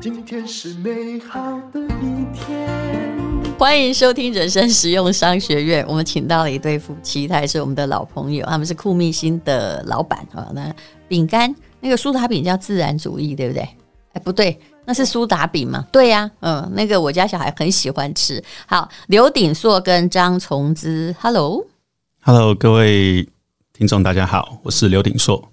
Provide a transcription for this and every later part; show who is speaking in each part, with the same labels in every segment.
Speaker 1: 今天是美好的一天。
Speaker 2: 欢迎收听人生实用商学院。我们请到了一对夫妻，他也是我们的老朋友，他们是酷蜜星的老板啊。那饼干那个苏打饼叫自然主义，对不对？哎，不对，那是苏打饼吗？对呀、嗯，那个我家小孩很喜欢吃。好，刘鼎硕跟张崇之，Hello，
Speaker 3: Hello，各位听众，大家好，我是刘鼎硕。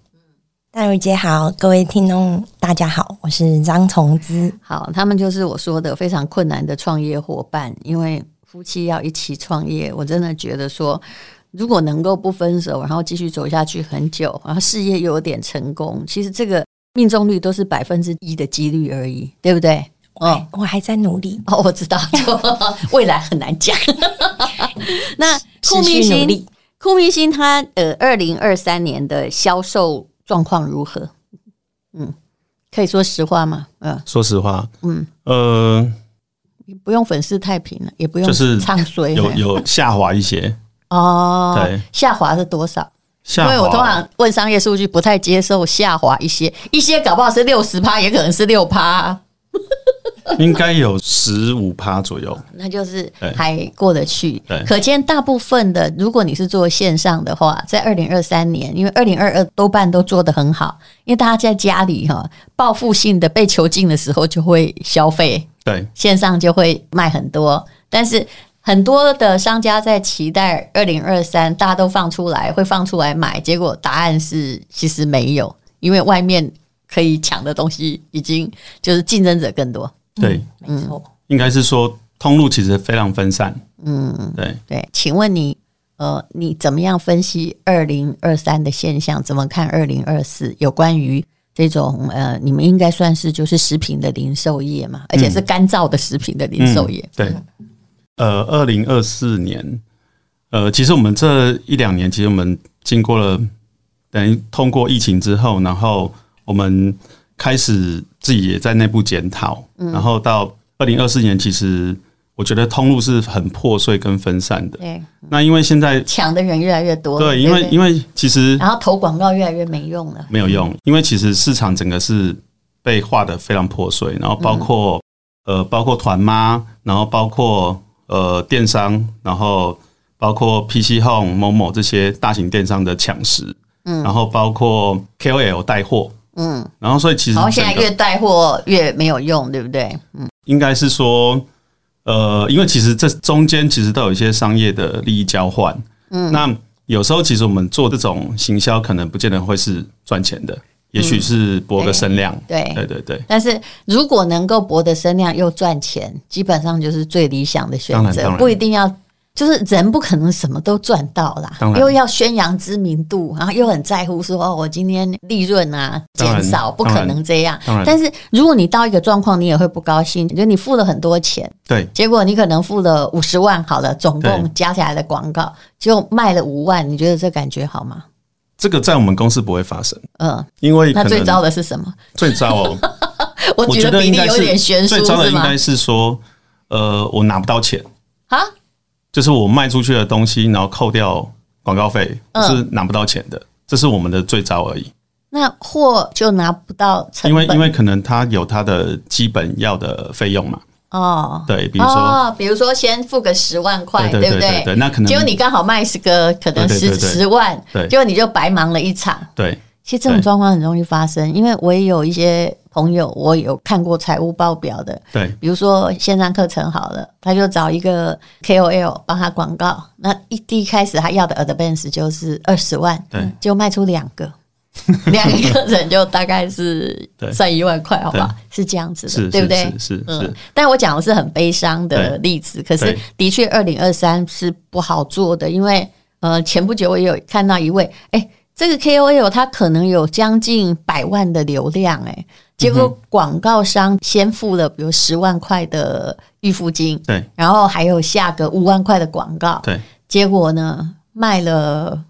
Speaker 4: 大如姐好，各位听众大家好，我是张崇之。
Speaker 2: 好，他们就是我说的非常困难的创业伙伴，因为夫妻要一起创业，我真的觉得说，如果能够不分手，然后继续走下去很久，然后事业又有点成功，其实这个命中率都是百分之一的几率而已，对不对？哦
Speaker 4: 哦，我还在努力，
Speaker 2: 哦，我知道，就 未来很难讲。那酷
Speaker 4: 持
Speaker 2: 明
Speaker 4: 续努
Speaker 2: 星
Speaker 4: 力，。
Speaker 2: 酷明星它呃，二零二三年的销售状况如何？嗯，可以说实话吗？嗯、
Speaker 3: 说实话，
Speaker 2: 嗯，
Speaker 3: 呃，
Speaker 2: 不用粉饰太平了，也不用
Speaker 3: 就是
Speaker 2: 唱衰
Speaker 3: 有
Speaker 2: 嘿
Speaker 3: 有下滑一些，
Speaker 2: 哦，
Speaker 3: 对，
Speaker 2: 下滑是多少？因
Speaker 3: 下滑。
Speaker 2: 为我通常问商业数据不太接受下滑一些，一些搞不好是六十趴，也可能是六趴、
Speaker 3: 应该有十五趴左右。
Speaker 2: 那就是
Speaker 3: 对
Speaker 2: 还过得去
Speaker 3: 对。
Speaker 2: 可见大部分的，如果你是做线上的话，在二零二三年，因为二零二二多半都做得很好，因为大家在家里哈、报复性的被囚禁的时候就会消费，
Speaker 3: 对，
Speaker 2: 线上就会卖很多，但是。很多的商家在期待二零二三，大家都放出来，会放出来买，结果答案是其实没有，因为外面可以抢的东西已经就是竞争者更多。
Speaker 3: 对，
Speaker 4: 没错，
Speaker 3: 应该是说通路其实非常分散。嗯，对，
Speaker 2: 对，请问你，呃，你怎么样分析二零二三的现象？怎么看二零二四？有关于这种呃，你们应该算是就是食品的零售业嘛，而且是干燥的食品的零售业。
Speaker 3: 嗯对，呃，二零二四年，呃，其实我们这一两年，其实我们经过了等于通过疫情之后，然后我们开始自己也在内部检讨，然后到二零二四年，其实我觉得通路是很破碎跟分散的。
Speaker 2: 对，
Speaker 3: 那因为现在
Speaker 2: 抢的人越来越多了。
Speaker 3: 嗯对，因为
Speaker 2: 不
Speaker 3: 因为其实
Speaker 2: 然后投广告越来越没用了。
Speaker 3: 没有用，因为其实市场整个是被划得非常破碎，然后包括、呃，包括团妈，然后包括呃电商，然后包括 PC Home、某某这些大型电商的抢食，嗯，然后包括 KOL 带货，
Speaker 2: 嗯，
Speaker 3: 然后所以其实
Speaker 2: 然后现在
Speaker 3: 整个
Speaker 2: 越带货越没有用，对不对？
Speaker 3: 应该是说，呃，因为其实这中间其实都有一些商业的利益交换，嗯，那有时候其实我们做这种行销，可能不见得会是赚钱的，也许是博个声量，
Speaker 2: 对
Speaker 3: 对对对，
Speaker 2: 但是如果能够博得声量又赚钱，基本上就是最理想的选
Speaker 3: 当然当
Speaker 2: 择，
Speaker 3: 然
Speaker 2: 不一定要。就是人不可能什么都赚到啦
Speaker 3: 当，然
Speaker 2: 又要宣扬知名度，然后又很在乎说哦，我今天利润啊
Speaker 3: 当然
Speaker 2: 减少，不可
Speaker 3: 当然
Speaker 2: 能这样
Speaker 3: 当然。
Speaker 2: 但是如果你到一个状况，你也会不高兴，就是你付了很多钱，
Speaker 3: 对
Speaker 2: 结果你可能付了五十万好了，总
Speaker 3: 对
Speaker 2: 共加起来的广告就卖了五万，你觉得这感觉好吗？
Speaker 3: 这个在我们公司不会发生，
Speaker 2: 嗯，
Speaker 3: 因为
Speaker 2: 那
Speaker 3: 可能
Speaker 2: 最糟的是什么？
Speaker 3: 最糟哦，
Speaker 2: 我
Speaker 3: 我
Speaker 2: 觉得
Speaker 3: 觉得
Speaker 2: 比
Speaker 3: 应
Speaker 2: 例
Speaker 3: 该
Speaker 2: 有
Speaker 3: 是
Speaker 2: 点悬殊
Speaker 3: 最糟的
Speaker 2: 是
Speaker 3: 应
Speaker 2: 吗
Speaker 3: 该？是说，呃，我拿不到钱，
Speaker 2: 啊，
Speaker 3: 就是我卖出去的东西，然后扣掉广告费，我
Speaker 2: 嗯
Speaker 3: 是拿不到钱的，这是我们的最糟而已。
Speaker 2: 那货就拿不到成
Speaker 3: 因为
Speaker 2: 本，
Speaker 3: 因为可能它有它的基本要的费用嘛，
Speaker 2: 哦，
Speaker 3: 对，比如说，
Speaker 2: 哦，比如说先付个十万块，
Speaker 3: 对
Speaker 2: 不
Speaker 3: 对对对，那可能
Speaker 2: 结果你刚好卖十个，可能
Speaker 3: 对对
Speaker 2: 十
Speaker 3: 对对
Speaker 2: 十万，
Speaker 3: 对
Speaker 2: 结果你就白忙了一场。
Speaker 3: 对
Speaker 2: 其实这种
Speaker 3: 对
Speaker 2: 状况很容易发生，因为我也有一些朋友，我有看过财务报表的，
Speaker 3: 对
Speaker 2: 比如说线上课程好了，他就找一个 KOL 帮他广告，那一第一开始他要的 advance 就是二十万，
Speaker 3: 对
Speaker 2: 就卖出两 个，两个人就大概是
Speaker 3: 对
Speaker 2: 算一万块，好吧？是这样子
Speaker 3: 是
Speaker 2: 的，
Speaker 3: 是
Speaker 2: 对不对？
Speaker 3: 是是
Speaker 2: 嗯
Speaker 3: 是，
Speaker 2: 但我讲的是很悲伤的
Speaker 3: 对
Speaker 2: 例子，可是
Speaker 3: 对
Speaker 2: 的确，二零二三是不好做的，因为呃，前不久我也有看到一位，哎、这个 KOL 他可能有将近百万的流量、哎，结
Speaker 3: 嗯
Speaker 2: 果广告商先付了比如十万块的预付金，
Speaker 3: 对
Speaker 2: 然后还有下个五万块的广告，
Speaker 3: 对，
Speaker 2: 结果呢卖了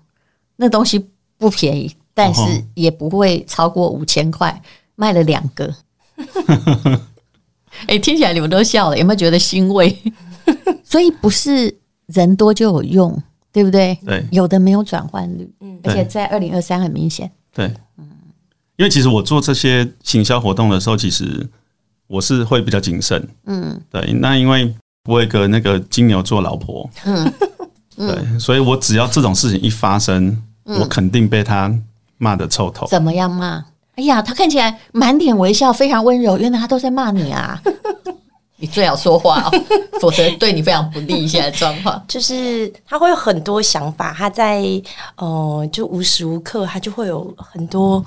Speaker 2: 那东西不便宜，但是
Speaker 3: 哦吼
Speaker 2: 也不会超过五千块，卖了两 个。哎、听起来你们都笑了，有没有觉得欣 慰？所以不是人多就有用，对不对？
Speaker 3: 对
Speaker 2: 有的没有转换率，
Speaker 4: 嗯
Speaker 2: 而且
Speaker 3: 对
Speaker 2: 在二零二三很明显。
Speaker 3: 对对，
Speaker 2: 嗯
Speaker 3: 因为其实我做这些行销活动的时候，其实我是会比较谨慎。
Speaker 2: 嗯
Speaker 3: 对，那因为我有一个那个金牛座老婆，
Speaker 2: 嗯
Speaker 3: 对，所以我只要这种事情一发生，
Speaker 2: 嗯
Speaker 3: 我肯定被他骂的臭头。
Speaker 2: 怎么样骂？哎呀，他看起来满脸微笑，非常温柔，原来他都在骂你 啊！你最好说话哦，否则对你非常不利。现在状况，
Speaker 4: 就是他会有很多想法，他在呃，就无时无刻他就会有很多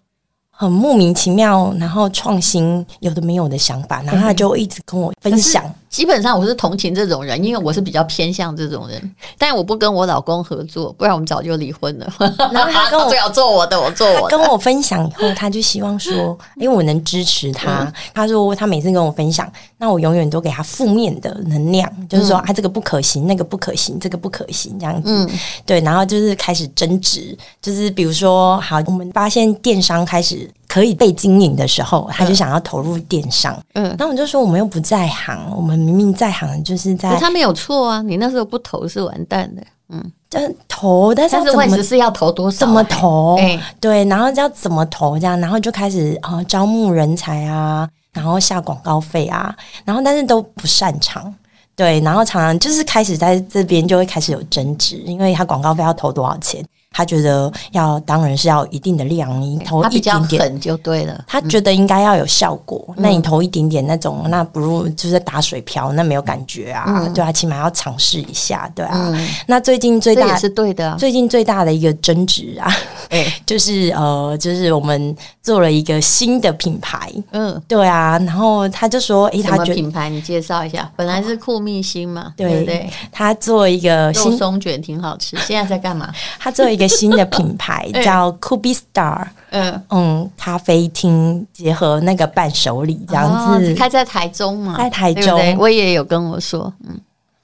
Speaker 4: 很莫名其妙，然后创新有的没有的想法，然后他就一直跟我分享。
Speaker 2: 基本上我是同情这种人，因为我是比较偏向这种人，但我不跟我老公合作，不然我们早就离婚了。
Speaker 4: 然后 他跟我
Speaker 2: 最好做我的，我做我的嗯
Speaker 4: 他跟。我分享以后，他就希望说，因为我能支持他。他说他每次跟我分享，那我永远都给他负面的能量，
Speaker 2: 嗯
Speaker 4: 就是说啊，这个不可行，那个不可行，这个不可行，这样子。
Speaker 2: 嗯
Speaker 4: 对，然后就是开始争执，就是比如说，好，我们发现电商开始可以被经营的时候，他就想要投入电商。
Speaker 2: 嗯，
Speaker 4: 那我就说，我们又不在行，我们明明在行，就是
Speaker 2: 可
Speaker 4: 在
Speaker 2: 是他没有错啊，你那时候不投是完蛋的。嗯，
Speaker 4: 呃投，但是
Speaker 2: 但
Speaker 4: 要
Speaker 2: 是
Speaker 4: 怎
Speaker 2: 问
Speaker 4: 么
Speaker 2: 题是要投多少？
Speaker 4: 怎么？投？
Speaker 2: 哎
Speaker 4: 对，然后要怎么投这样，然后就开始啊、呃招募人才啊，然后下广告费啊，然后但是都不擅长。对，然后常常就是开始在这边就会开始有争执，因为他广告费要投多少钱，他觉得要当然是要一定的量，你投
Speaker 2: 他
Speaker 4: 一
Speaker 2: 比较
Speaker 4: 点点，
Speaker 2: 狠嗯就对了。
Speaker 4: 他觉得应该要有效果，那你投一点点那种，那不如就是打水漂，那没有感觉啊，
Speaker 2: 嗯
Speaker 4: 对啊，起码要尝试一下，对啊。那最近最
Speaker 2: 这
Speaker 4: 大
Speaker 2: 也是对的啊。
Speaker 4: 最近最大的一个争执啊，
Speaker 2: 哎
Speaker 4: 就是呃，就是我们做了一个新的品牌，
Speaker 2: 嗯，
Speaker 4: 对啊，然后他就说，诶，
Speaker 2: 什
Speaker 4: 他
Speaker 2: 么
Speaker 4: 觉得
Speaker 2: 品牌？你介绍一下。本来是酷蜜星嘛，对
Speaker 4: 对
Speaker 2: 不对？
Speaker 4: 他做一个
Speaker 2: 肉
Speaker 4: 新，
Speaker 2: 松卷挺好吃，现在在干嘛？
Speaker 4: 他做一个新的 品牌
Speaker 2: 哎
Speaker 4: 叫 c o b i Star，
Speaker 2: 嗯，
Speaker 4: 嗯，咖啡厅结合那个伴手礼这样
Speaker 2: 哦
Speaker 4: 子。
Speaker 2: 开在台中嘛，
Speaker 4: 在台
Speaker 2: 对不对
Speaker 4: 中
Speaker 2: 我也有跟我说，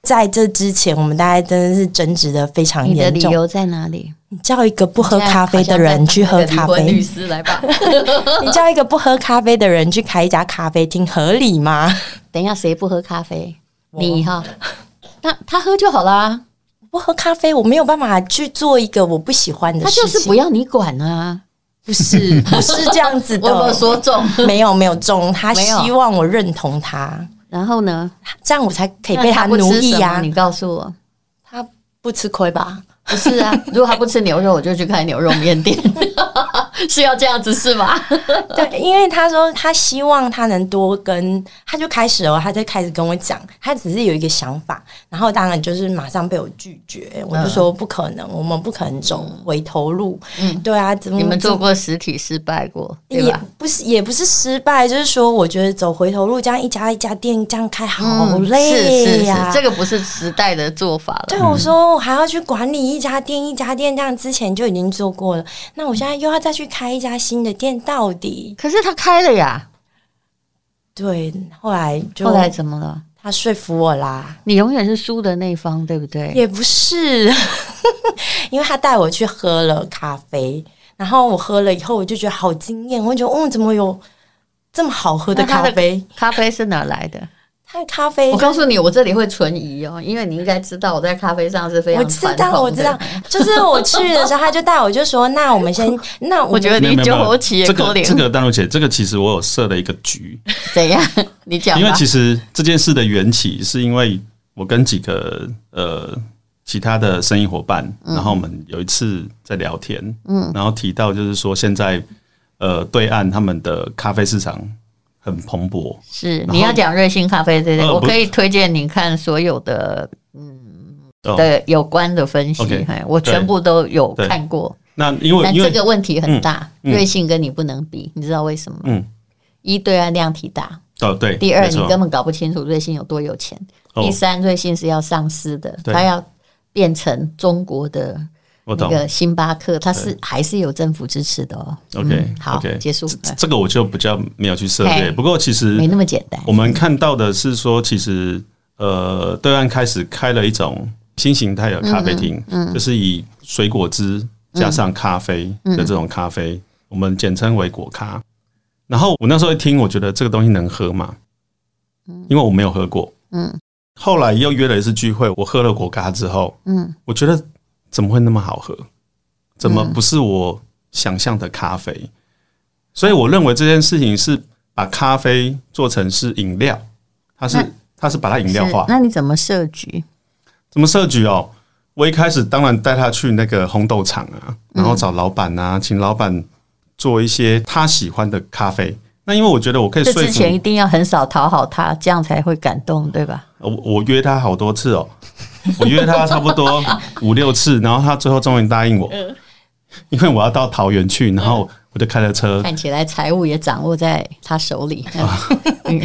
Speaker 4: 在这之前，我们大家真的是争执的非常
Speaker 2: 你的
Speaker 4: 严
Speaker 2: 理
Speaker 4: 重。
Speaker 2: 由在哪里？
Speaker 4: 你叫一个不喝咖啡的人去喝咖
Speaker 2: 现在好像在当那个离婚律
Speaker 4: 啡，
Speaker 2: 师来 吧。
Speaker 4: 你叫一个不喝咖啡的人去开一家咖啡厅，合理吗？
Speaker 2: 等一下，谁不喝咖啡？你哈，那他喝就好啦，
Speaker 4: 不喝咖啡，我没有办法去做一个我不喜欢的
Speaker 2: 他
Speaker 4: 事情。
Speaker 2: 就是不要你管啊。
Speaker 4: 不是不是这样子 的。
Speaker 2: 我有没有说中？
Speaker 4: 没有没有中，他
Speaker 2: 没有
Speaker 4: 希望我认同他，
Speaker 2: 然后呢？
Speaker 4: 这样我才可以
Speaker 2: 那
Speaker 4: 被
Speaker 2: 他不
Speaker 4: 奴
Speaker 2: 吃
Speaker 4: 役
Speaker 2: 什么
Speaker 4: 啊
Speaker 2: 你。告诉我，
Speaker 4: 他不吃亏吧？
Speaker 2: 不是啊， 如果他不吃牛肉，我就去开牛肉面店， 是要这样子是吗？
Speaker 4: 嗯对，因为他说他希望他能多跟，他就开始哦，他就开始跟我讲，他只是有一个想法，然后当然就是马上被我拒绝，我就说不可能，我们不可能走回头路。嗯，对啊，怎么
Speaker 2: 你们
Speaker 4: 怎
Speaker 2: 做
Speaker 4: 么
Speaker 2: 过实体失败过，对
Speaker 4: 也
Speaker 2: 吧？
Speaker 4: 不是也不是失败，就是说我觉得走回头路，这样一家一家店这样开哦好
Speaker 2: 嗯
Speaker 4: 累呀、
Speaker 2: 是是是，这个不嗯是时代的做法了。
Speaker 4: 对，我说我还要去管理一家店一家店，这样之前就已经做过了。那我现在又要再去开一家新的店，到底
Speaker 2: 可是他开了呀，
Speaker 4: 对？后来就
Speaker 2: 后来怎么了？
Speaker 4: 他说服我啦，
Speaker 2: 你永远是输的那一方，对不对？
Speaker 4: 也不是，因为他带我去喝了咖啡，然后我喝了以后，我就觉得好惊艳，我就觉得哦，怎么有这么好喝的
Speaker 2: 那他
Speaker 4: 咖
Speaker 2: 的
Speaker 4: 啡？
Speaker 2: 咖啡是哪来的？
Speaker 4: 他的咖啡
Speaker 2: 我告诉你，我这里会存疑哦，因为你应该知道我在咖啡上是非
Speaker 4: 我
Speaker 2: 常
Speaker 4: 知
Speaker 2: 传统的。
Speaker 4: 道，我知道，就是我去的时候，他就带我就说：“那我 们先，那我
Speaker 2: 我
Speaker 4: 们
Speaker 2: 觉得
Speaker 3: 没
Speaker 2: 你
Speaker 3: 有没
Speaker 2: 酒
Speaker 3: 有没
Speaker 2: 后
Speaker 3: 有
Speaker 2: 期也
Speaker 3: 这
Speaker 2: 可
Speaker 3: 个
Speaker 2: 怜，
Speaker 3: 这个丹如姐，这个其实我有设了一个局，
Speaker 2: 怎样？ 你讲
Speaker 3: 因为
Speaker 2: 吧。
Speaker 3: 其实这件事的缘起是因为我跟几个呃其他的生意伙伴，
Speaker 2: 嗯
Speaker 3: 然后我们有一次在聊天，嗯，然后提到就是说现在呃对岸他们的咖啡市场很蓬勃，
Speaker 2: 是
Speaker 3: 后
Speaker 2: 你要讲瑞幸咖啡，对不对？
Speaker 3: 呃
Speaker 2: 我
Speaker 3: 不
Speaker 2: 可以推荐你看所有的
Speaker 3: 哦
Speaker 2: 的有关的分析
Speaker 3: OK，，
Speaker 2: 嘿我全
Speaker 3: 对
Speaker 2: 部都有
Speaker 3: 对
Speaker 2: 看过。
Speaker 3: 那因为
Speaker 2: 但
Speaker 3: 哦
Speaker 2: 这
Speaker 3: 因为
Speaker 2: 个问题很大，
Speaker 3: 嗯嗯
Speaker 2: 瑞幸跟你不能比，你知道为什么吗？
Speaker 3: 嗯
Speaker 2: 一对岸量体大，
Speaker 3: 哦对，
Speaker 2: 第二
Speaker 3: 没
Speaker 2: 你
Speaker 3: 错
Speaker 2: 根本搞不清楚瑞幸有多有钱，第
Speaker 3: 哦，
Speaker 2: 三瑞幸是要上市的，
Speaker 3: 对
Speaker 2: 它要变成中国的
Speaker 3: 我
Speaker 2: 那
Speaker 3: 懂
Speaker 2: 个星巴克，它是还是有政府支持的哦。
Speaker 3: ，OK
Speaker 2: 好
Speaker 3: OK，，
Speaker 2: 结束，
Speaker 3: 这这个我就比较没有去涉
Speaker 2: 嘿
Speaker 3: 猎，不过其实
Speaker 2: 没那么简单。
Speaker 3: 我们看到的是说，其实呃，对岸开始开了一种新形态的咖啡厅，就是以水果汁加上咖啡的这种咖啡，我们简称为果咖。然后我那时候一听，我觉得这个东西能喝吗？因为我没有喝过。
Speaker 2: 嗯
Speaker 3: 后来又约了一次聚会，我喝了果咖之后，
Speaker 2: 嗯
Speaker 3: 我觉得怎么会那么好喝？怎么不是我想象的咖啡。所以我认为这件事情是把咖啡做成是饮料，它是
Speaker 2: 那
Speaker 3: 它是把它饮料
Speaker 2: 是
Speaker 3: 化。
Speaker 2: 那你怎么设局？
Speaker 3: 怎么设局哦？我一开始当然带他去那个烘豆厂啊，
Speaker 2: 嗯
Speaker 3: 然后找老板啊，请老板做一些他喜欢的咖啡。那因为我觉得我可以
Speaker 2: 这
Speaker 3: 说
Speaker 2: 之
Speaker 3: 服
Speaker 2: 前一定要很少讨好他，这样才会感动，对吧？
Speaker 3: 我，我约他好多次哦， 我约他差不多五六次，然后他最后终于答应我，因为我要到桃园去，然后我就开了车，
Speaker 2: 看起来财务也掌握在他手里。
Speaker 3: 啊
Speaker 2: 嗯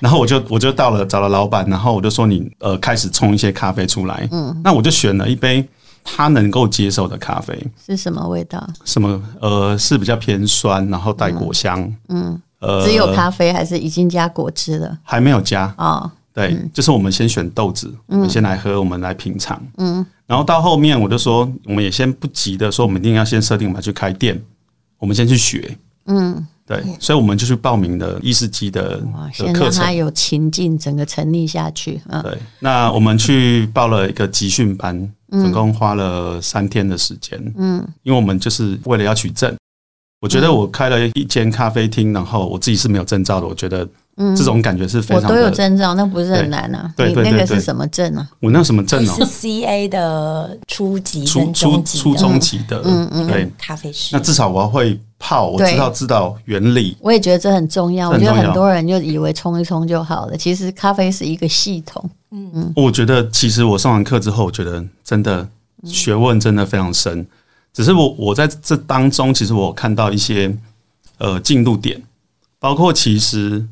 Speaker 3: 然后我就我就到了找了老板，然后我就说你呃开始冲一些咖啡出来，嗯，那我就选了一杯他能够接受的咖啡，
Speaker 2: 是什么味道？
Speaker 3: 什么呃是比较偏酸，然后带果香，嗯，呃
Speaker 2: 只有咖啡还是已经加果汁了？
Speaker 3: 还没有加，
Speaker 2: 哦，
Speaker 3: 对，就是我们先选豆子，
Speaker 2: 嗯
Speaker 3: 我们先来喝，我们来品尝，嗯，然后到后面我就说，我们也先不急的说，我们一定要先设定我们要去开店，我们先去学，嗯，对，所以我们就去报名了意式机的
Speaker 2: 哇，
Speaker 3: 的
Speaker 2: 先
Speaker 3: 课
Speaker 2: 让
Speaker 3: 程
Speaker 2: 他，有情境，整个沉溺下去。嗯，
Speaker 3: 对，那我们去报了一个集训班，
Speaker 2: 嗯
Speaker 3: 总共花了三天的时间。嗯，因为我们就是为了要取证。我觉得我开了一间咖啡厅，然后我自己是没有证照的，我觉得这种感觉是非
Speaker 2: 嗯我
Speaker 3: 常
Speaker 2: 都有
Speaker 3: 的。
Speaker 2: 证照，那不是很难啊？
Speaker 3: 对
Speaker 2: 你
Speaker 3: 对对
Speaker 2: 那个
Speaker 3: 对
Speaker 2: 是什么证啊？
Speaker 3: 我那有什么证哦、
Speaker 4: 是 CA 的初级
Speaker 3: 初
Speaker 4: 跟
Speaker 3: 初
Speaker 4: 中级
Speaker 3: 初
Speaker 4: 的嗯
Speaker 3: 中级的，对，
Speaker 4: 咖啡师
Speaker 3: 那。至少我要会泡，我
Speaker 2: 对
Speaker 3: 知道知道原理，
Speaker 2: 我也觉得这很重要。我
Speaker 3: 这很
Speaker 2: 觉得
Speaker 3: 重要
Speaker 2: 很多人就以为冲一冲就好了，其实咖啡是一个系统。
Speaker 4: 嗯
Speaker 3: 我觉得其实我上完课之后，我觉得真的学问真的非常深。只是我我在这当中，其实我有看到一些呃进度点，包括其实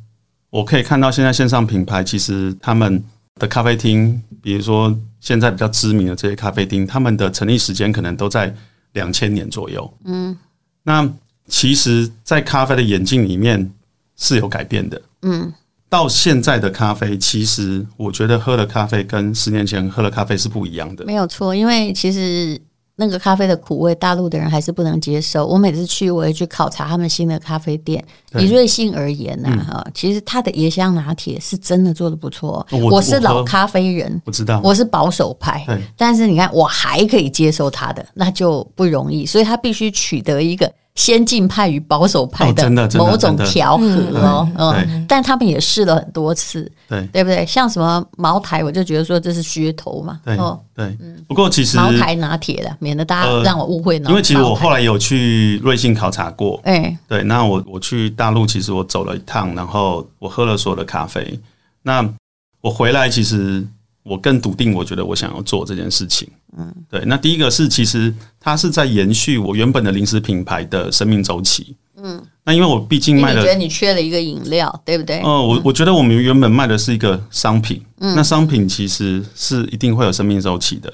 Speaker 3: 我可以看到现在线上品牌，其实他们的咖啡厅，比如说现在比较知名的这些咖啡厅，他们的成立时间可能都在两千年左右。嗯，那其实，在咖啡的演进里面是有改变的。到现在的咖啡，其实我觉得喝的咖啡跟十年前喝的咖啡是不一样的。
Speaker 2: 没有错，因为其实那个咖啡的苦味，大陆的人还是不能接受。我每次去，我也去考察他们新的咖啡店。
Speaker 3: 对嗯
Speaker 2: 以瑞幸而言呐、哈、其实它的椰香拿铁是真的做的不错。
Speaker 3: 我
Speaker 2: 是
Speaker 3: 我喝
Speaker 2: 老咖啡人，
Speaker 3: 我知道，
Speaker 2: 我是保守派
Speaker 3: 对，
Speaker 2: 但是你看，我还可以接受他的，那就不容易，所以他必须取得一个先进派与保守派
Speaker 3: 哦真的真的
Speaker 2: 某种
Speaker 3: 真的
Speaker 2: 调和哦，
Speaker 3: 对
Speaker 2: 嗯，但他们也试了很多次，
Speaker 3: 对
Speaker 2: 对不对？像什么茅台，我就觉得说这是噱头嘛，
Speaker 3: 对
Speaker 2: 哦，
Speaker 3: 对。不过其实，
Speaker 2: 茅台拿铁的，免得大家
Speaker 3: 呃
Speaker 2: 让我误会呢。
Speaker 3: 因为其实我
Speaker 2: 茅台
Speaker 3: 后来有去瑞幸考察过，
Speaker 2: 哎，
Speaker 3: 对，那我我去大陆，其实我走了一趟，然后我喝了所有的咖啡。那我回来，其实我更笃定，我觉得我想要做这件事情。嗯，对。那第一个是，其实它是在延续我原本的零食品牌的生命周期。嗯，那因为我毕竟
Speaker 2: 因
Speaker 3: 卖
Speaker 2: 为你
Speaker 3: 了
Speaker 2: 觉得你缺了一个饮料，对不对？
Speaker 3: 哦，我我觉得我们原本卖的是一个商品，那商品其实是一定会有生命周期的，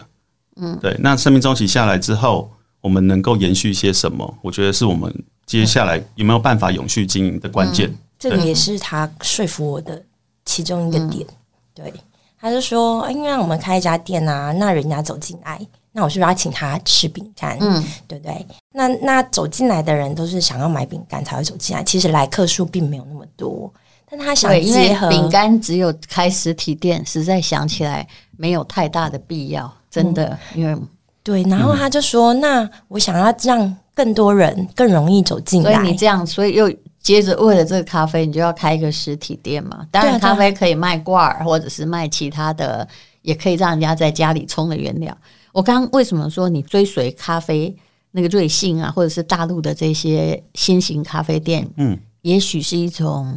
Speaker 3: 嗯，对。那生命周期下来之后，我们能够延续一些什么？我觉得是我们接下来有没有办法永续经营的关键。
Speaker 4: 这个也是他说服我的其中一个点。
Speaker 2: 嗯
Speaker 4: 对，他就说，哎，因为我们开一家店啊，那人家走进来，那我是不是要请他吃饼干？
Speaker 2: 嗯，
Speaker 4: 对不对？那那走进来的人都是想要买饼干才会走进来，其实来客数并没有那么多，但他想
Speaker 2: 对，因为
Speaker 4: 结合
Speaker 2: 饼干只有开实体店，实在想起来没有太大的必要，真的，因为
Speaker 4: 对，然后他就说，那我想要让更多人更容易走进
Speaker 2: 所以
Speaker 4: 来，
Speaker 2: 你这样，所以又接着为了这个咖啡，你就要开一个实体店嘛。当然，
Speaker 4: 对啊
Speaker 2: 咖啡可以卖罐儿，或者是卖其他的，也可以让人家在家里冲的原料。我刚刚为什么说你追随咖啡那个瑞幸啊，或者是大陆的这些新型咖啡店，
Speaker 3: 嗯，
Speaker 2: 也许是一种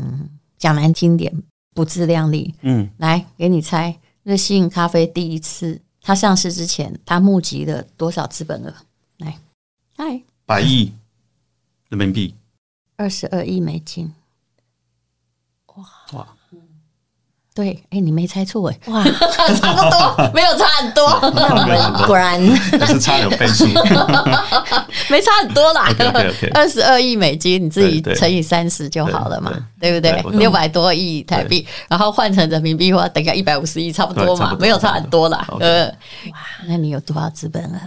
Speaker 2: 讲难听点不自量力。
Speaker 3: 嗯，
Speaker 2: 来给你猜，瑞幸咖啡第一次它上市之前，它募集了多少资本额？来，嗨，
Speaker 3: 百亿人民币，
Speaker 2: 二十二亿美金。
Speaker 3: 哇，
Speaker 2: 对，哎、你没猜错哎，
Speaker 4: 哇，
Speaker 2: 差不 多，没有差很 多，
Speaker 4: 那我们果然
Speaker 3: 可是差有倍 数。
Speaker 2: 没差很多啦
Speaker 3: OK，OK，OK。
Speaker 2: 二十二亿美金，你自己
Speaker 3: 对对
Speaker 2: 乘以三十就好了嘛，对
Speaker 3: 对
Speaker 2: 不对？
Speaker 3: 我懂
Speaker 2: 六百多亿台币，然后换成人民币的话，等于一百五十亿差不多
Speaker 3: 对差
Speaker 2: 嘛
Speaker 3: 不，多
Speaker 2: 没有差很多啦
Speaker 3: 差。不多
Speaker 2: 呃，那你有多少资本啊？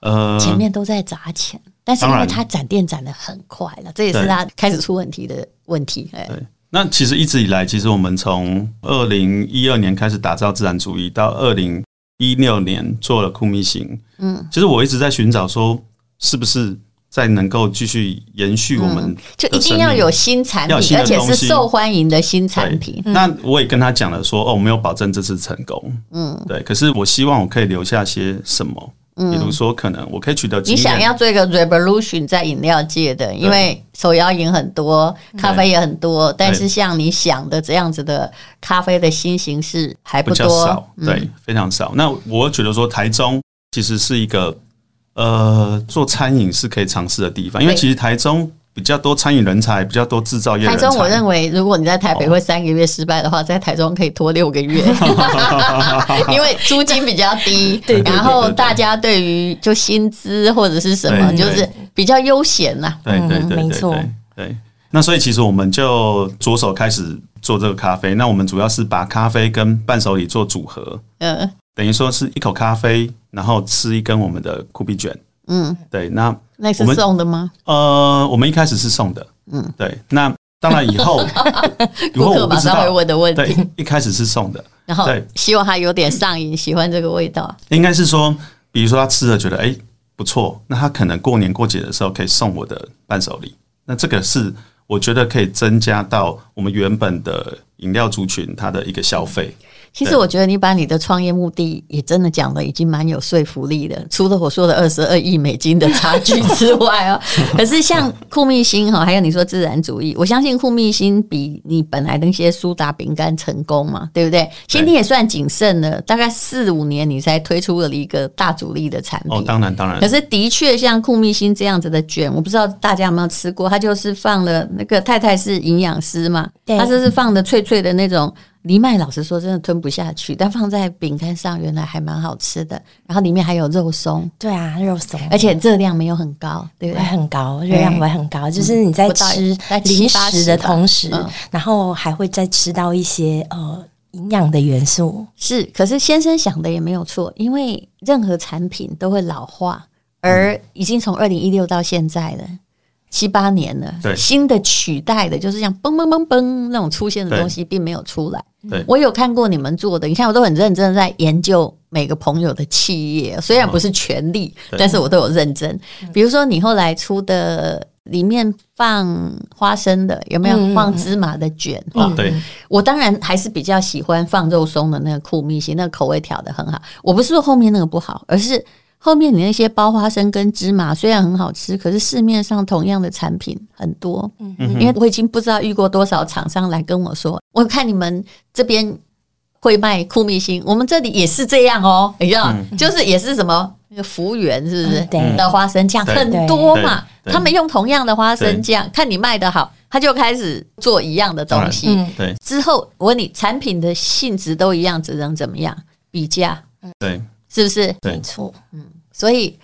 Speaker 3: 呃，
Speaker 2: 前面都在砸钱，但是因
Speaker 3: 当
Speaker 2: 为
Speaker 3: 然
Speaker 2: 他展店展的很快了，这也是
Speaker 3: 对
Speaker 2: 他开始出问题的问题。哎，
Speaker 3: 对，那其实一直以来，其实我们从二零一二年开始打造自然主义，到二零一六年做了酷蜜行，嗯，其实我一直在寻找说，是不是再能够继续延续我们
Speaker 2: 就
Speaker 3: 的
Speaker 2: 一定
Speaker 3: 生
Speaker 2: 要
Speaker 3: 命
Speaker 2: 有新产
Speaker 3: 要有
Speaker 2: 品，
Speaker 3: 新的
Speaker 2: 而且
Speaker 3: 东
Speaker 2: 是
Speaker 3: 西
Speaker 2: 受欢迎的新产
Speaker 3: 对
Speaker 2: 品。
Speaker 3: 那我也跟他讲了说，哦，我没有保证这次成功，嗯，对。可是我希望我可以留下些什么，比如说可能我可以取得
Speaker 2: 嗯
Speaker 3: 经
Speaker 2: 你
Speaker 3: 验，
Speaker 2: 想要做一个 revolution 在饮料界的，因为手摇饮很多，咖啡也很多，但是像你想的这样子的咖啡的新形式还
Speaker 3: 比
Speaker 2: 不
Speaker 3: 较
Speaker 2: 多嗯
Speaker 3: 少，，对，非常少。那我觉得说台中其实是一个呃做餐饮是可以尝试的地方，因为
Speaker 2: 对
Speaker 3: 其实台中比较多餐饮人才，比较多制造业人
Speaker 2: 台
Speaker 3: 才。
Speaker 2: 中，我认为如果你在台北
Speaker 3: 哦
Speaker 2: 会三个月失败的话，在台中可以拖六个 月，因为租金比较低，
Speaker 3: 对对对
Speaker 2: 然后
Speaker 3: 对对
Speaker 2: 大家对于就薪资或者是什么，
Speaker 3: 对
Speaker 2: 就
Speaker 3: 对
Speaker 2: 是比较悠闲呐。
Speaker 3: 对对
Speaker 4: 嗯
Speaker 3: 对
Speaker 4: 没
Speaker 3: 对
Speaker 4: 错
Speaker 3: 对对。那所以其实我们就着手开始做这个咖啡。那我们主要是把咖啡跟伴手礼做组合，
Speaker 2: 嗯
Speaker 3: 等于说是一口咖啡，然后吃一根我们的酷比卷。
Speaker 2: 嗯，
Speaker 3: 对，那
Speaker 2: 那是
Speaker 3: 我们
Speaker 2: 送的吗？
Speaker 3: 呃，我们一开始是送的，嗯，对。那当然以 后以
Speaker 2: 顾
Speaker 3: 后我
Speaker 2: 客
Speaker 3: 不
Speaker 2: 马
Speaker 3: 知
Speaker 2: 上会
Speaker 3: 道，
Speaker 2: 问的问
Speaker 3: 对
Speaker 2: 题，，
Speaker 3: 一开始是送的，
Speaker 2: 然后
Speaker 3: 对
Speaker 2: 希望他有点上瘾，喜欢这个味道。
Speaker 3: 应该是说，比如说他吃了觉得哎、诶不错，那他可能过年过节的时候可以送我的伴手礼。那这个是我觉得可以增加到我们原本的饮料族群它的一个消费。
Speaker 2: 其实
Speaker 3: 对
Speaker 2: 我觉得你把你的创业目的也真的讲的已经蛮有说服力的，除了我说的二十二亿美金的差距之外 啊，可是像酷蜜星哈，还有你说自然主义，我相信酷蜜星比你本来的那些苏打饼干成功嘛，对不对？其实你也算谨慎了，大概四五年你才推出了一个大主力的产品。
Speaker 3: 哦，当然当然
Speaker 2: 嗯可，是的确，像酷蜜星这样子的卷，我不知道大家有没有吃过，它就是放了那个太太是营养师嘛，
Speaker 4: 对
Speaker 2: 它就是放的脆脆的那种藜麦，老实说真的吞不下去，但放在饼干上原来还蛮好吃的，然后里面还有肉松，
Speaker 4: 对啊，肉松，
Speaker 2: 而且热量没有很高，对不
Speaker 4: 会
Speaker 2: 对？
Speaker 4: 很高，热量会很高，就是你在
Speaker 2: 不到
Speaker 4: 吃
Speaker 2: 大概七
Speaker 4: 零
Speaker 2: 八
Speaker 4: 食
Speaker 2: 十
Speaker 4: 的
Speaker 2: 吧
Speaker 4: 同时
Speaker 2: 嗯，
Speaker 4: 然后还会再吃到一些呃营养的元素。
Speaker 2: 是，可是先生想的也没有错，因为任何产品都会老化，而已经从二零一六到现在了。七八年了，
Speaker 3: 对
Speaker 2: 新的取代的，就是像嘣嘣嘣嘣那种出现的
Speaker 3: 对
Speaker 2: 东西，并没有出来。
Speaker 3: 对
Speaker 2: 我有看过你们做的，你看我都很认真地在研究每个朋友的企业，虽然不是全力，
Speaker 3: 对
Speaker 2: 但是我都有认真。
Speaker 4: 嗯
Speaker 2: 比如说你后来出的里面放花生的，有没有、
Speaker 4: 嗯嗯
Speaker 2: 放芝麻的卷？
Speaker 3: 哦，对，
Speaker 2: 我当然还是比较喜欢放肉松的那个酷蜜心，那个口味调的很好。我不是说后面那个不好，而是后面你那些包花生跟芝麻虽然很好吃，可是市面上同样的产品很多，
Speaker 3: 嗯
Speaker 2: 因为我已经不知道遇过多少厂商来跟我说，我看你们这边会卖酷蜜心，我们这里也是这样哦，你知道，
Speaker 3: 嗯
Speaker 2: 就是也是什么。那个服务员是不是
Speaker 4: 嗯对
Speaker 2: 的花生酱
Speaker 3: 对
Speaker 2: 很多嘛？
Speaker 3: 对对
Speaker 2: 他们用同样的花生
Speaker 3: 对
Speaker 2: 酱，看你卖的好，他就开始做一样的
Speaker 3: 当
Speaker 2: 东
Speaker 3: 然
Speaker 2: 西。
Speaker 4: 嗯，
Speaker 3: 对
Speaker 2: 之后，我问你，产品的性质都一样，只能怎么样比价，
Speaker 3: 对
Speaker 2: 是不是？
Speaker 3: 对
Speaker 4: 没错，
Speaker 2: 所以，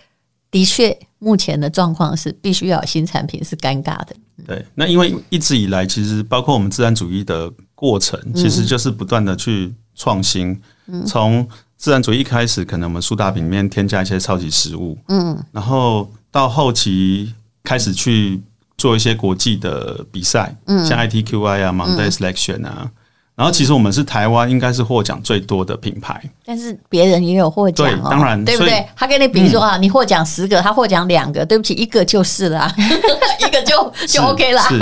Speaker 2: 的确，目前的状况是必须要有新产品是尴尬的。
Speaker 3: 对。那因为一直以来，其实包括我们自然主义的过程，
Speaker 2: 嗯
Speaker 3: 其实就是不断的去创新，从自然主义开始，可能我们苏打饼里面添加一些超级食物，
Speaker 2: 嗯，
Speaker 3: 然后到后期开始去做一些国际的比赛，
Speaker 2: 嗯
Speaker 3: 像 ITQI 啊、Monday Selection 啊。然后其实我们是台湾应该是获奖最多的品牌，
Speaker 2: 但是别人也有获奖哦，
Speaker 3: 对当然
Speaker 2: 对不
Speaker 3: 所
Speaker 2: 对
Speaker 3: 以？
Speaker 2: 他跟你比说啊，你获奖十个，他获奖两个，对不起，一个就是了 啊，一个就是就 OK 啦。
Speaker 3: 是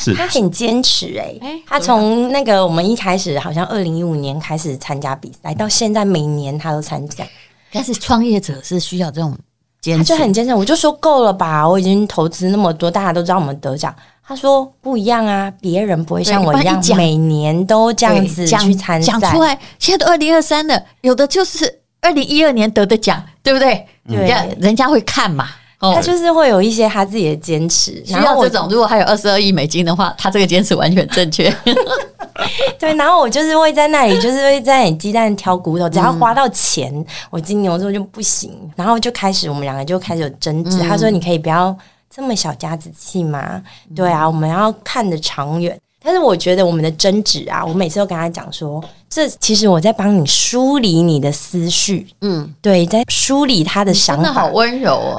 Speaker 3: 是
Speaker 4: 他
Speaker 3: 是，
Speaker 4: 很坚持哎、
Speaker 2: 哎
Speaker 4: 他从那个我们一开始好像二零一五年开始参加比赛，到现在每年他都参加，
Speaker 2: 但是创业者是需要这种坚
Speaker 4: 他
Speaker 2: 持
Speaker 4: 就，很坚持。我就说够了吧，我已经投资那么多，大家都知道我们得奖。他说不一样啊，别人不会像
Speaker 2: 对
Speaker 4: 我
Speaker 2: 一般
Speaker 4: 一样
Speaker 2: 一讲
Speaker 4: 每年都这样子
Speaker 2: 对讲
Speaker 4: 去参赛
Speaker 2: 讲。出来，现在都二零二三了，有的就是二零一二年得的奖，对不对？
Speaker 4: 对
Speaker 2: 人家人家会看嘛。
Speaker 4: 他
Speaker 2: 哦，
Speaker 4: 就是会有一些他自己的坚持，
Speaker 2: 需
Speaker 4: 然后
Speaker 2: 要
Speaker 4: 我
Speaker 2: 这种，如果还有二十二亿美金的话，他这个坚持完全正 确。
Speaker 4: 对，然后我就是会在那里，就是会在那里鸡蛋挑骨头，只
Speaker 3: 嗯
Speaker 4: 要花到钱，我金牛座就不行。然后就开始我们两个就开始有争执，他
Speaker 3: 嗯
Speaker 4: 说你可以不要这么小家子气嘛，对啊，我们要看得长远。但是我觉得我们的争执啊，我每次都跟他讲说，这其实我在帮你梳理你的思绪，
Speaker 2: 嗯，
Speaker 4: 对，在梳理他的想
Speaker 2: 真的好
Speaker 4: 法。
Speaker 2: 温柔 哦，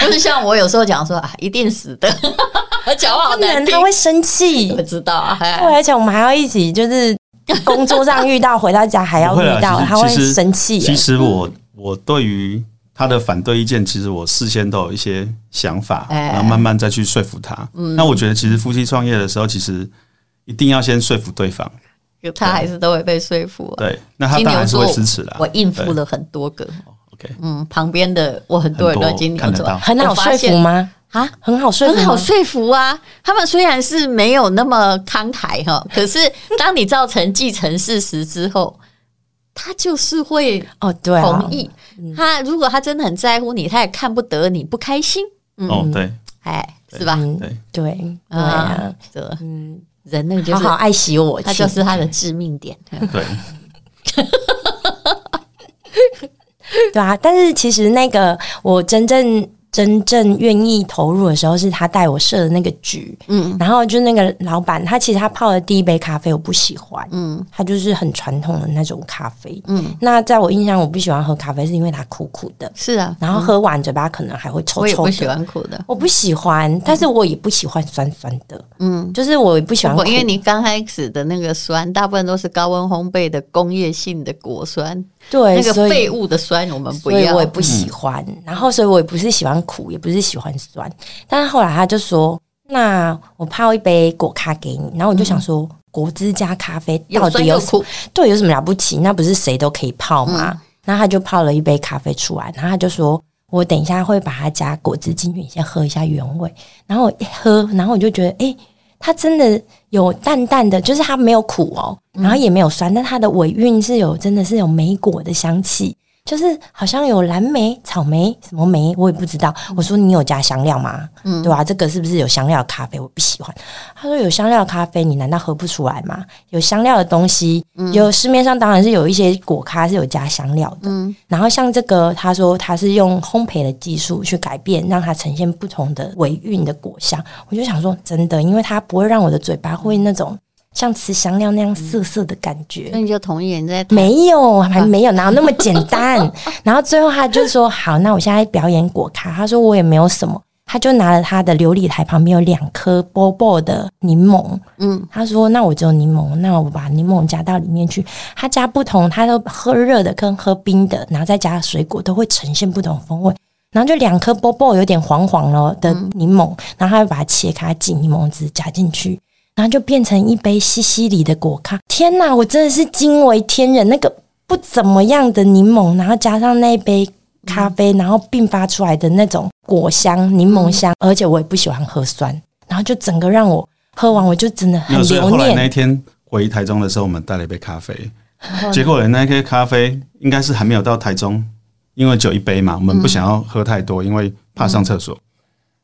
Speaker 2: 不是像我有时候讲说啊，一定死的， 我讲话好
Speaker 4: 不能
Speaker 2: 难听
Speaker 4: 他。会生气
Speaker 2: 我，知道啊，
Speaker 4: 对，
Speaker 2: 哎
Speaker 4: 而且我们还要一起就是工作上遇到，回到家还要
Speaker 3: 不会
Speaker 4: 遇
Speaker 3: 啦
Speaker 4: 到，
Speaker 3: 其实
Speaker 4: 他会
Speaker 3: 其实
Speaker 4: 生气耶。
Speaker 3: 其实我我对于他的反对意见，其实我事先都有一些想法，
Speaker 2: 哎嗯
Speaker 3: 然后慢慢再去说服他。那我觉得，其实夫妻创业的时候，其实一定要先说服对方。
Speaker 2: 可他还是都会被说服、啊。
Speaker 3: 对，那他
Speaker 2: 金
Speaker 3: 当
Speaker 2: 牛
Speaker 3: 然是
Speaker 2: 座
Speaker 3: 会支持啦。
Speaker 2: 我应付了很多个，
Speaker 3: OK，
Speaker 2: 嗯，旁边的我很多人都金牛
Speaker 3: 很多看得
Speaker 2: 座
Speaker 3: 到
Speaker 4: 很好
Speaker 2: 我发
Speaker 4: 说
Speaker 2: 现
Speaker 4: 服吗？
Speaker 2: 啊，
Speaker 4: 很好说服吗，
Speaker 2: 很好说服啊。他们虽然是没有那么慷慨哈，可是当你造成既成事实之后，他就是会
Speaker 4: 哦，对、啊，
Speaker 2: 同意。他如果他真的很在乎你，他也看不得你不开心，
Speaker 3: 哦，对
Speaker 2: 哎，是吧？
Speaker 4: 嗯，
Speaker 3: 对，
Speaker 4: 对，对啊，
Speaker 2: 这
Speaker 4: 嗯，
Speaker 2: 人那个就
Speaker 4: 好
Speaker 2: 是
Speaker 4: 好爱惜我，
Speaker 2: 他就是他的致命 点。
Speaker 3: 对，
Speaker 4: 对啊，但是其实那个我真正真正愿意投入的时候，是他带我设的那个局，
Speaker 2: 嗯
Speaker 4: 然后就那个老板，他其实他泡的第一杯咖啡我不喜欢，
Speaker 2: 嗯
Speaker 4: 他就是很传统的那种咖啡。
Speaker 2: 嗯，
Speaker 4: 那在我印象，我不喜欢喝咖啡，是因为它苦苦的，
Speaker 2: 是啊。
Speaker 4: 然后喝完嘴巴可能还会臭
Speaker 2: 我也
Speaker 4: 臭
Speaker 2: 不喜
Speaker 4: 的。
Speaker 2: 欢苦的，
Speaker 4: 我不喜欢，但是我也不喜欢酸酸的，
Speaker 2: 嗯。
Speaker 4: 就是我也不喜欢苦
Speaker 2: 我因为你刚开始的那个酸，大部分都是高温烘焙的工业性的果酸，
Speaker 4: 对
Speaker 2: 那个
Speaker 4: 所以
Speaker 2: 废物的酸我们不
Speaker 4: 所以
Speaker 2: 要。
Speaker 4: 我也不喜欢。然后，所以我也不是喜欢苦，也不是喜欢酸。但是后来他就说：“那我泡一杯果咖给你。”然后我就想说，果汁加咖啡到
Speaker 2: 嗯有酸
Speaker 4: 底
Speaker 2: 有
Speaker 4: 有什
Speaker 2: 苦，
Speaker 4: 对有什么了不起？那不是谁都可以泡吗？然后他就泡了一杯咖啡出来，然后他就说。我等一下会把它加果汁进去，你先喝一下原味。然后我一喝，然后我就觉得，诶，它真的有淡淡的，就是它没有苦哦，
Speaker 2: 嗯
Speaker 4: 然后也没有酸，但它的尾韵是有，真的是有梅果的香气，就是好像有蓝莓、草莓什么莓，我也不知道。我说你有加香料吗？对啊吧、这个是不是有香料的咖啡？我不喜欢。他说有香料的咖啡，你难道喝不出来吗？有香料的东西，有市面上当然是有一些果咖是有加香料的，
Speaker 2: 嗯
Speaker 4: 然后像这个，他说他是用烘焙的技术去改变，让它呈现不同的尾韵的果香。我就想说，真的，因为它不会让我的嘴巴会那种像吃香料那样涩涩的感觉。
Speaker 2: 那你就同意你在谈
Speaker 4: 没有，还没有，哪有那么简单？然后最后他就说：“好，那我现在表演果咖。”他说：“我也没有什么。”他就拿了他的琉璃台旁边有两颗波波的柠檬，
Speaker 2: 嗯
Speaker 4: 他说：“那我只有柠檬，那我把柠檬加到里面去。他加不同，他都喝热的跟喝冰的，然后再加水果，都会呈现不同风味。然后就两颗波波有点黄黄了的柠檬，然后他会把它切开，挤柠檬汁加进去，然后就变成一杯西西里的果咖。天哪，我真的是惊为天人！那个不怎么样的柠檬，然后加上那一杯咖啡，然后并发出来的那种果香、柠檬香，
Speaker 3: 嗯
Speaker 4: 而且我也不喜欢喝酸，然后就整个让我喝完，我就真的
Speaker 3: 没
Speaker 4: 很
Speaker 3: 有。所以
Speaker 4: 留
Speaker 3: 后来那
Speaker 4: 念。
Speaker 3: 一天回台中的时候，我们带了一杯咖 啡，
Speaker 4: 哦
Speaker 3: 结果那一杯咖啡应该是还没有到台中，因为只有一杯嘛，我们不想要喝太多，因为怕上厕
Speaker 4: 嗯
Speaker 3: 所。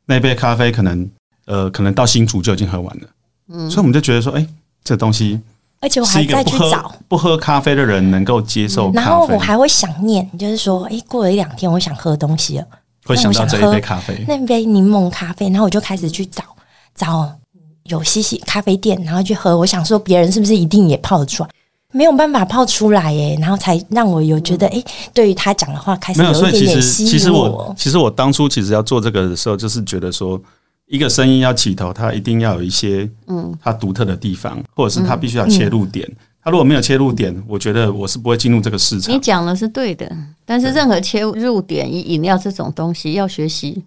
Speaker 3: 那一杯咖啡可能呃，可能到新竹就已经喝完了，所以我们就觉得说，哎、这东西
Speaker 4: 而且我
Speaker 3: 是
Speaker 4: 嗯还
Speaker 3: 一个
Speaker 4: 再
Speaker 3: 不
Speaker 4: 去
Speaker 3: 喝
Speaker 4: 找，嗯
Speaker 3: 不喝咖啡的人能够接受
Speaker 4: 然
Speaker 3: 咖
Speaker 4: 后
Speaker 3: 啡
Speaker 4: 我，还会想念，就是说，诶，过了一两天，我想喝东西了，
Speaker 3: 会想到这一
Speaker 4: 我想喝
Speaker 3: 杯咖啡。
Speaker 4: 那杯柠檬咖啡，然后我就开始去找找有西西咖啡店，然后去喝。我想说，别人是不是一定也泡得出来？没有办法泡出来耶，然后才让我有觉得，诶，对于他讲的话
Speaker 2: 哎
Speaker 4: 开
Speaker 3: 嗯
Speaker 4: 始
Speaker 3: 没有，所
Speaker 4: 一
Speaker 3: 以其
Speaker 4: 点点
Speaker 3: 实
Speaker 4: 吸
Speaker 3: 其实
Speaker 4: 引
Speaker 3: 我其实我当初其实要做这个的时候，就是觉得说，一个生意要起头，它一定要有一些嗯它独特的地方，或者
Speaker 2: 嗯
Speaker 3: 是它必须要切入点。它如果没有切入点，我觉得我是不会进入这个市
Speaker 2: 你
Speaker 3: 场。
Speaker 2: 讲的是对的，但是任何切入点，以饮料这种东西要学习，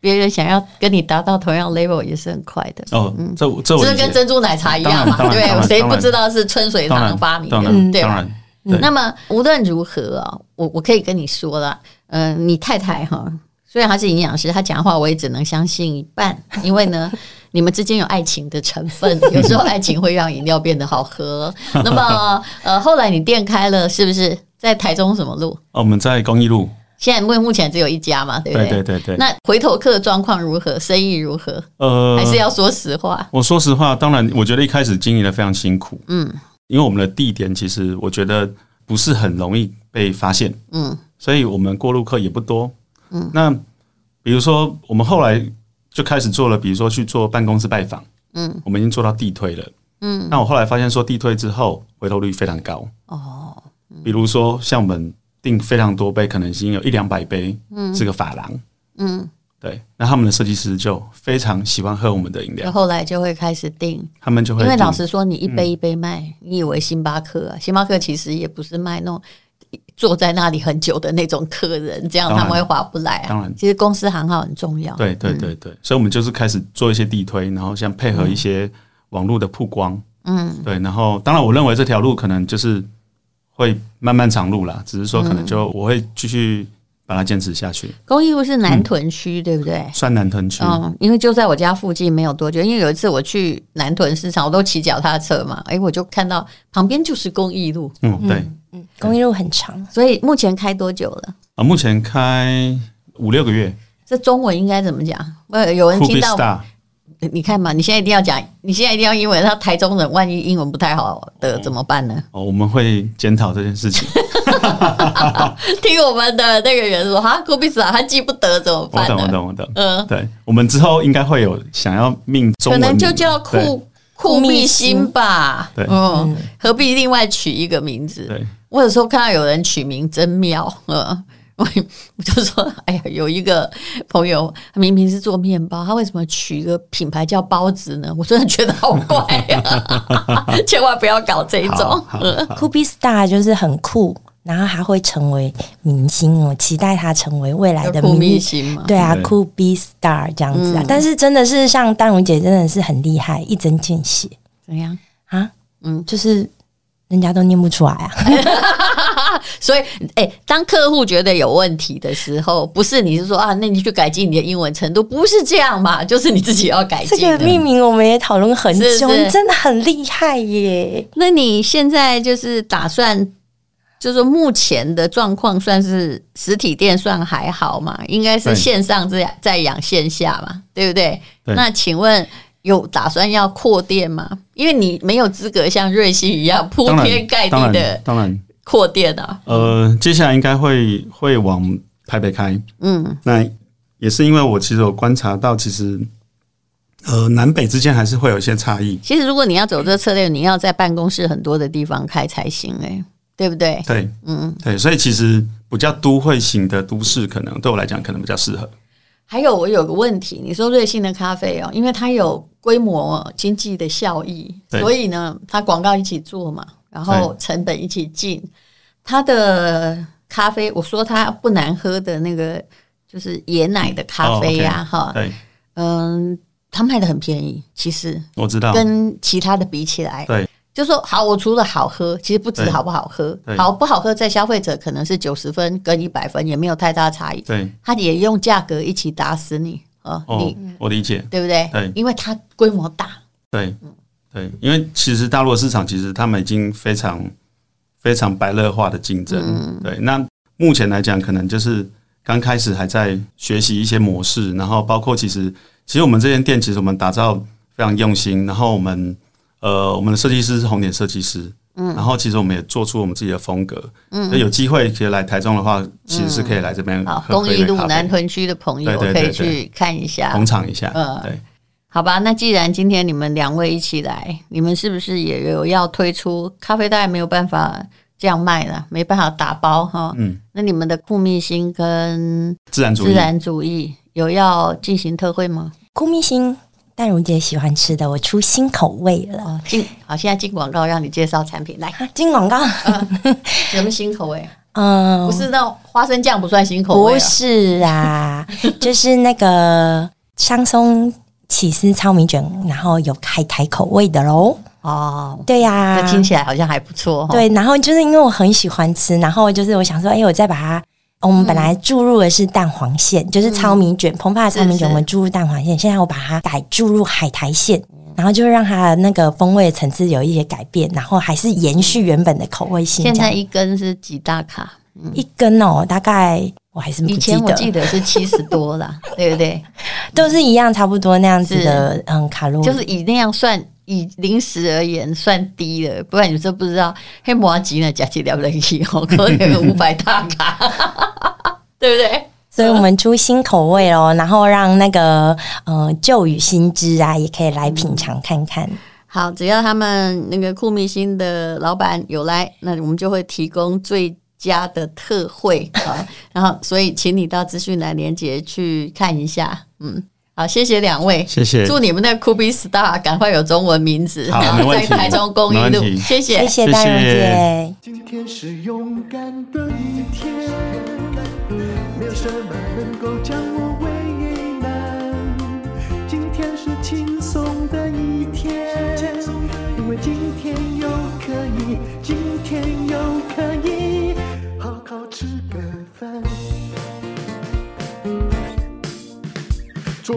Speaker 2: 别人想要跟你达到同样 level 也是很快的。
Speaker 3: 哦，这我这我
Speaker 2: 这
Speaker 3: 理
Speaker 2: 嗯跟
Speaker 3: 解，
Speaker 2: 珍珠奶茶一样嘛，
Speaker 3: 当然当然当
Speaker 2: 对，
Speaker 3: 然
Speaker 2: 谁不知道是春水
Speaker 3: 当
Speaker 2: 堂
Speaker 3: 然
Speaker 2: 发明
Speaker 3: 当
Speaker 2: 的，
Speaker 3: 然
Speaker 2: 对
Speaker 3: 当
Speaker 2: 吧？嗯
Speaker 3: 然，对 哦
Speaker 2: 那么无论如何啊，我我可以跟你说了，嗯、你太太哈，虽然她是营养师，她讲话我也只能相信一半， 因为呢，你们之间有爱情的成分， 有时候爱情会让饮料变得好喝。那么呃，后来你店开了，是不是在台中什么路？
Speaker 3: 哦我们在公益路，
Speaker 2: 现在目目前只有一家嘛，对不
Speaker 3: 对
Speaker 2: 对？
Speaker 3: 对对对，
Speaker 2: 那回头客状况如何？生意如何？
Speaker 3: 呃
Speaker 2: 还是要说实话。
Speaker 3: 我说实话，当然，我觉得一开始经营的非常辛苦，
Speaker 2: 嗯
Speaker 3: 因为我们的地点其实我觉得不是很容易被发现，
Speaker 2: 嗯
Speaker 3: 所以我们过路客也不多。
Speaker 2: 嗯
Speaker 3: 嗯，那比如说我们后来就开始做了，比如说去做办公室拜访，
Speaker 2: 嗯
Speaker 3: 我们已经做到地推了。
Speaker 2: 嗯，
Speaker 3: 那我后来发现说地推之后回头率非常高，
Speaker 2: 哦，
Speaker 3: 比如说像我们订非常多杯，可能已经有一两百杯，是个法郎。
Speaker 2: 嗯，
Speaker 3: 对，那他们的设计师就非常喜欢喝我们的饮
Speaker 2: 就
Speaker 3: 料，
Speaker 2: 后来就会开始定。
Speaker 3: 他们就
Speaker 2: 哦
Speaker 3: 会嗯
Speaker 2: 因为
Speaker 3: 订
Speaker 2: 老实说，你一杯一杯卖，你以为星巴克、啊？星巴克其实也不是卖那种坐在那里很久的那种客人，这样
Speaker 3: 当
Speaker 2: 他
Speaker 3: 然
Speaker 2: 们会划不来啊。
Speaker 3: 当然
Speaker 2: 其实公司行号很重要。
Speaker 3: 对对对对，所以我们就是开始做一些地推，然后像配合一些网络的曝光，嗯，对，然后当然我认为这条路可能就是会漫漫长路啦，只是说可
Speaker 2: 嗯
Speaker 3: 能就我会继续把它坚持下去，
Speaker 2: 公益路是
Speaker 3: 嗯
Speaker 2: 南屯区，对不对？
Speaker 3: 算南屯区，
Speaker 2: 嗯，因为就在我家附近没有多久，因为有一次我去南屯市场，我都骑脚踏车嘛，哎，我就看到旁边就是公益路，
Speaker 3: 嗯，对，
Speaker 4: 嗯，公益路很长，
Speaker 2: 所以目前开多久了？
Speaker 3: 啊，目前开五六个月
Speaker 2: 这中文应该怎么讲？呃，有人
Speaker 3: 酷
Speaker 2: 听
Speaker 3: 比
Speaker 2: 到
Speaker 3: Star，
Speaker 2: 你看嘛，你现在一定要讲，你现在一定要英文。他台中人万一英文不太好的怎么办呢？
Speaker 3: 哦，我们会检讨这件 事情，
Speaker 2: 听我们的那个人说，哈，酷比斯啊，他记不得怎么
Speaker 3: 我
Speaker 2: 办
Speaker 3: 懂，我
Speaker 2: 呢？
Speaker 3: 懂，我懂，
Speaker 2: 嗯，
Speaker 3: 对，我们之后应该会有想要命
Speaker 2: 可
Speaker 3: 中文名，
Speaker 2: 能就叫
Speaker 3: 对
Speaker 2: 酷酷密心吧。
Speaker 3: 对
Speaker 2: 嗯，何必另外取一个名字？
Speaker 3: 对，
Speaker 2: 我有时候看到有人取名真妙，嗯， 我我就说，哎呀，有一个朋友，他明明是做面包，他为什么取一个品牌叫包子呢？我真的觉得好怪啊！ 千万不要搞这一
Speaker 3: 好
Speaker 2: 种。嗯
Speaker 3: 嗯好
Speaker 4: 酷比 star 就是很酷，然后他会成为明星哦，期待他成为未来的
Speaker 2: 酷
Speaker 4: 明
Speaker 2: 密
Speaker 4: 星。
Speaker 2: 心嘛，
Speaker 4: 对啊
Speaker 3: 对
Speaker 4: 酷比 star 这样子啊，但是真的是像丹如姐真的是很厉害，一针见血
Speaker 2: 怎样？
Speaker 4: 啊，
Speaker 2: 嗯
Speaker 4: 嗯，就是人家都念不出来啊，
Speaker 2: 所以，哎、当客户觉得有问题的时候，不是你是说啊，那你去改进你的英文程度，不是这样嘛？就是你自己要改
Speaker 4: 这
Speaker 2: 进。
Speaker 4: 个命名我们也讨论很久，
Speaker 2: 是是
Speaker 4: 你真的很厉害耶。
Speaker 2: 那你现在就是打算，就是说目前的状况算是实体店算还好嘛？应该是
Speaker 3: 对
Speaker 2: 线上在在养线下嘛，对不对？
Speaker 3: 对
Speaker 2: 那请问有打算要扩店吗？因为你没有资格像瑞幸一样铺
Speaker 3: 当然
Speaker 2: 天盖
Speaker 3: 当
Speaker 2: 地
Speaker 3: 然
Speaker 2: 的
Speaker 3: 当然。
Speaker 2: 扩店啊。
Speaker 3: 呃，接下来应该会会往台北开。
Speaker 2: 嗯，
Speaker 3: 那也是因为我其实有观察到，其实呃南北之间还是会有一些差异。
Speaker 2: 其实如果你要走这个策略，你要在办公室很多的地方开才行、欸，对不对？
Speaker 3: 对，嗯，对，所以其实比较都会型的都市，可能对我来讲可能比较适合。
Speaker 2: 还有我有个问题，你说瑞幸的咖啡哦，因为它有规模经济的效益，
Speaker 3: 对
Speaker 2: 所以呢，它广告一起做嘛，然后成本一起进，它的咖啡，我说它不难喝的那个就是椰奶的咖啡呀、哈、
Speaker 3: 对，
Speaker 2: 嗯，它卖的很便宜，其实
Speaker 3: 我知道。
Speaker 2: 跟其他的比起来，
Speaker 3: 啊对，
Speaker 2: 就说好，我除了好喝，其实不止
Speaker 3: 对
Speaker 2: 好不好喝，
Speaker 3: 对
Speaker 2: 好不好喝在消费者可能是九十分跟一百分也没有太大差异，
Speaker 3: 对，
Speaker 2: 他也用价格一起打死你啊、呃
Speaker 3: 哦
Speaker 2: 你，
Speaker 3: 我理解。
Speaker 2: 对不对？
Speaker 3: 对
Speaker 2: 因为它规模大，
Speaker 3: 对，
Speaker 2: 嗯
Speaker 3: 对，因为其实大陆的市场其实他们已经非常非常白热化的竞争。
Speaker 2: 嗯
Speaker 3: 对，那目前来讲，可能就是刚开始还在学习一些模式，然后包括其实其实我们这间店其实我们打造非常用心，然后我们呃我们的设计师是红点设计师。嗯，然后其实我们也做出我们自己的风格。嗯，所以有机会其实来台中的话，其实是可以来这边
Speaker 2: 嗯好，
Speaker 3: 嗯
Speaker 2: 哦
Speaker 3: 喝
Speaker 2: 公
Speaker 3: 喝一
Speaker 2: 益
Speaker 3: 杯
Speaker 2: 路
Speaker 3: 咖啡
Speaker 2: 南屯区的朋友
Speaker 3: 对对
Speaker 2: 可以
Speaker 3: 对对
Speaker 2: 去看一下。
Speaker 3: 捧场一下。
Speaker 2: 嗯
Speaker 3: 对，
Speaker 2: 好吧，那既然今天你们两位一起来，你们是不是也有要推出咖啡？大概没有办法这样卖了，没办法打包哈。
Speaker 3: 嗯，
Speaker 2: 那你们的酷蜜星跟
Speaker 3: 自然主
Speaker 2: 自
Speaker 3: 义。
Speaker 2: 然主义有要进行特惠吗？
Speaker 4: 酷蜜星，淡如姐喜欢吃的，我出新口味了。
Speaker 2: 哦，进好，现在进广告让你介绍产品 来，
Speaker 4: 啊，进广告，
Speaker 2: 有没有新口味？
Speaker 4: 嗯，
Speaker 2: 不是那种花生哦酱不算新口味、
Speaker 4: 不
Speaker 2: 啊，
Speaker 4: 是啊，就是那个香松起司糙米卷，然后有海苔口味的喽。
Speaker 2: 哦，
Speaker 4: 对呀、
Speaker 2: 这听起来好像还不错哈。
Speaker 4: 对，然后就是因为我很喜欢吃，然后就是我想说，哎、我再把它。哦
Speaker 2: 嗯
Speaker 4: 我们本来注入的是蛋黄馅，就是糙米卷，膨化的糙米
Speaker 2: 是是
Speaker 4: 卷，我们注入蛋黄馅。现在我把它改注入海苔馅，然后就让它的那个风味层次有一些改变，然后还是延续原本的口味性这
Speaker 2: 现
Speaker 4: 样。
Speaker 2: 在一根是几大卡？
Speaker 4: 一根哦，大概我还是不
Speaker 2: 以
Speaker 4: 记
Speaker 2: 前我
Speaker 4: 得，
Speaker 2: 记得是七十多啦，对不 对？
Speaker 4: 都是一样差不多那样子的，嗯，卡路里
Speaker 2: 就是以那样算，以零食而言算低了，不然你真不知道黑摩吉呢，加起了不起哦，可能有五百大卡， 对不对？
Speaker 4: 所以我们出新口味
Speaker 2: 呃
Speaker 4: 喽，然后让那个呃旧与新知啊，也可以来品尝看看。
Speaker 2: 嗯好，只要他们那个酷明星的老板有来，那我们就会提供最佳的特惠啊。然后，所以请你到资讯栏连接去看一下。嗯，好，谢谢两位，
Speaker 3: 谢谢
Speaker 2: 祝你们那 k u b i Star 赶快有中文名字，
Speaker 3: 好
Speaker 2: 然
Speaker 3: 没
Speaker 2: 后
Speaker 3: 问
Speaker 2: 在
Speaker 3: 题
Speaker 2: 台中公益
Speaker 3: 没
Speaker 2: 路
Speaker 3: 问，题
Speaker 2: 谢谢
Speaker 4: 谢。谢
Speaker 3: 谢
Speaker 4: 丹如
Speaker 3: 谢
Speaker 4: 姐。
Speaker 1: 今天是勇敢的一天，没有什么能够将我为难。今天是轻松的一天，因为今天又可以，今天又可以好好吃个饭，做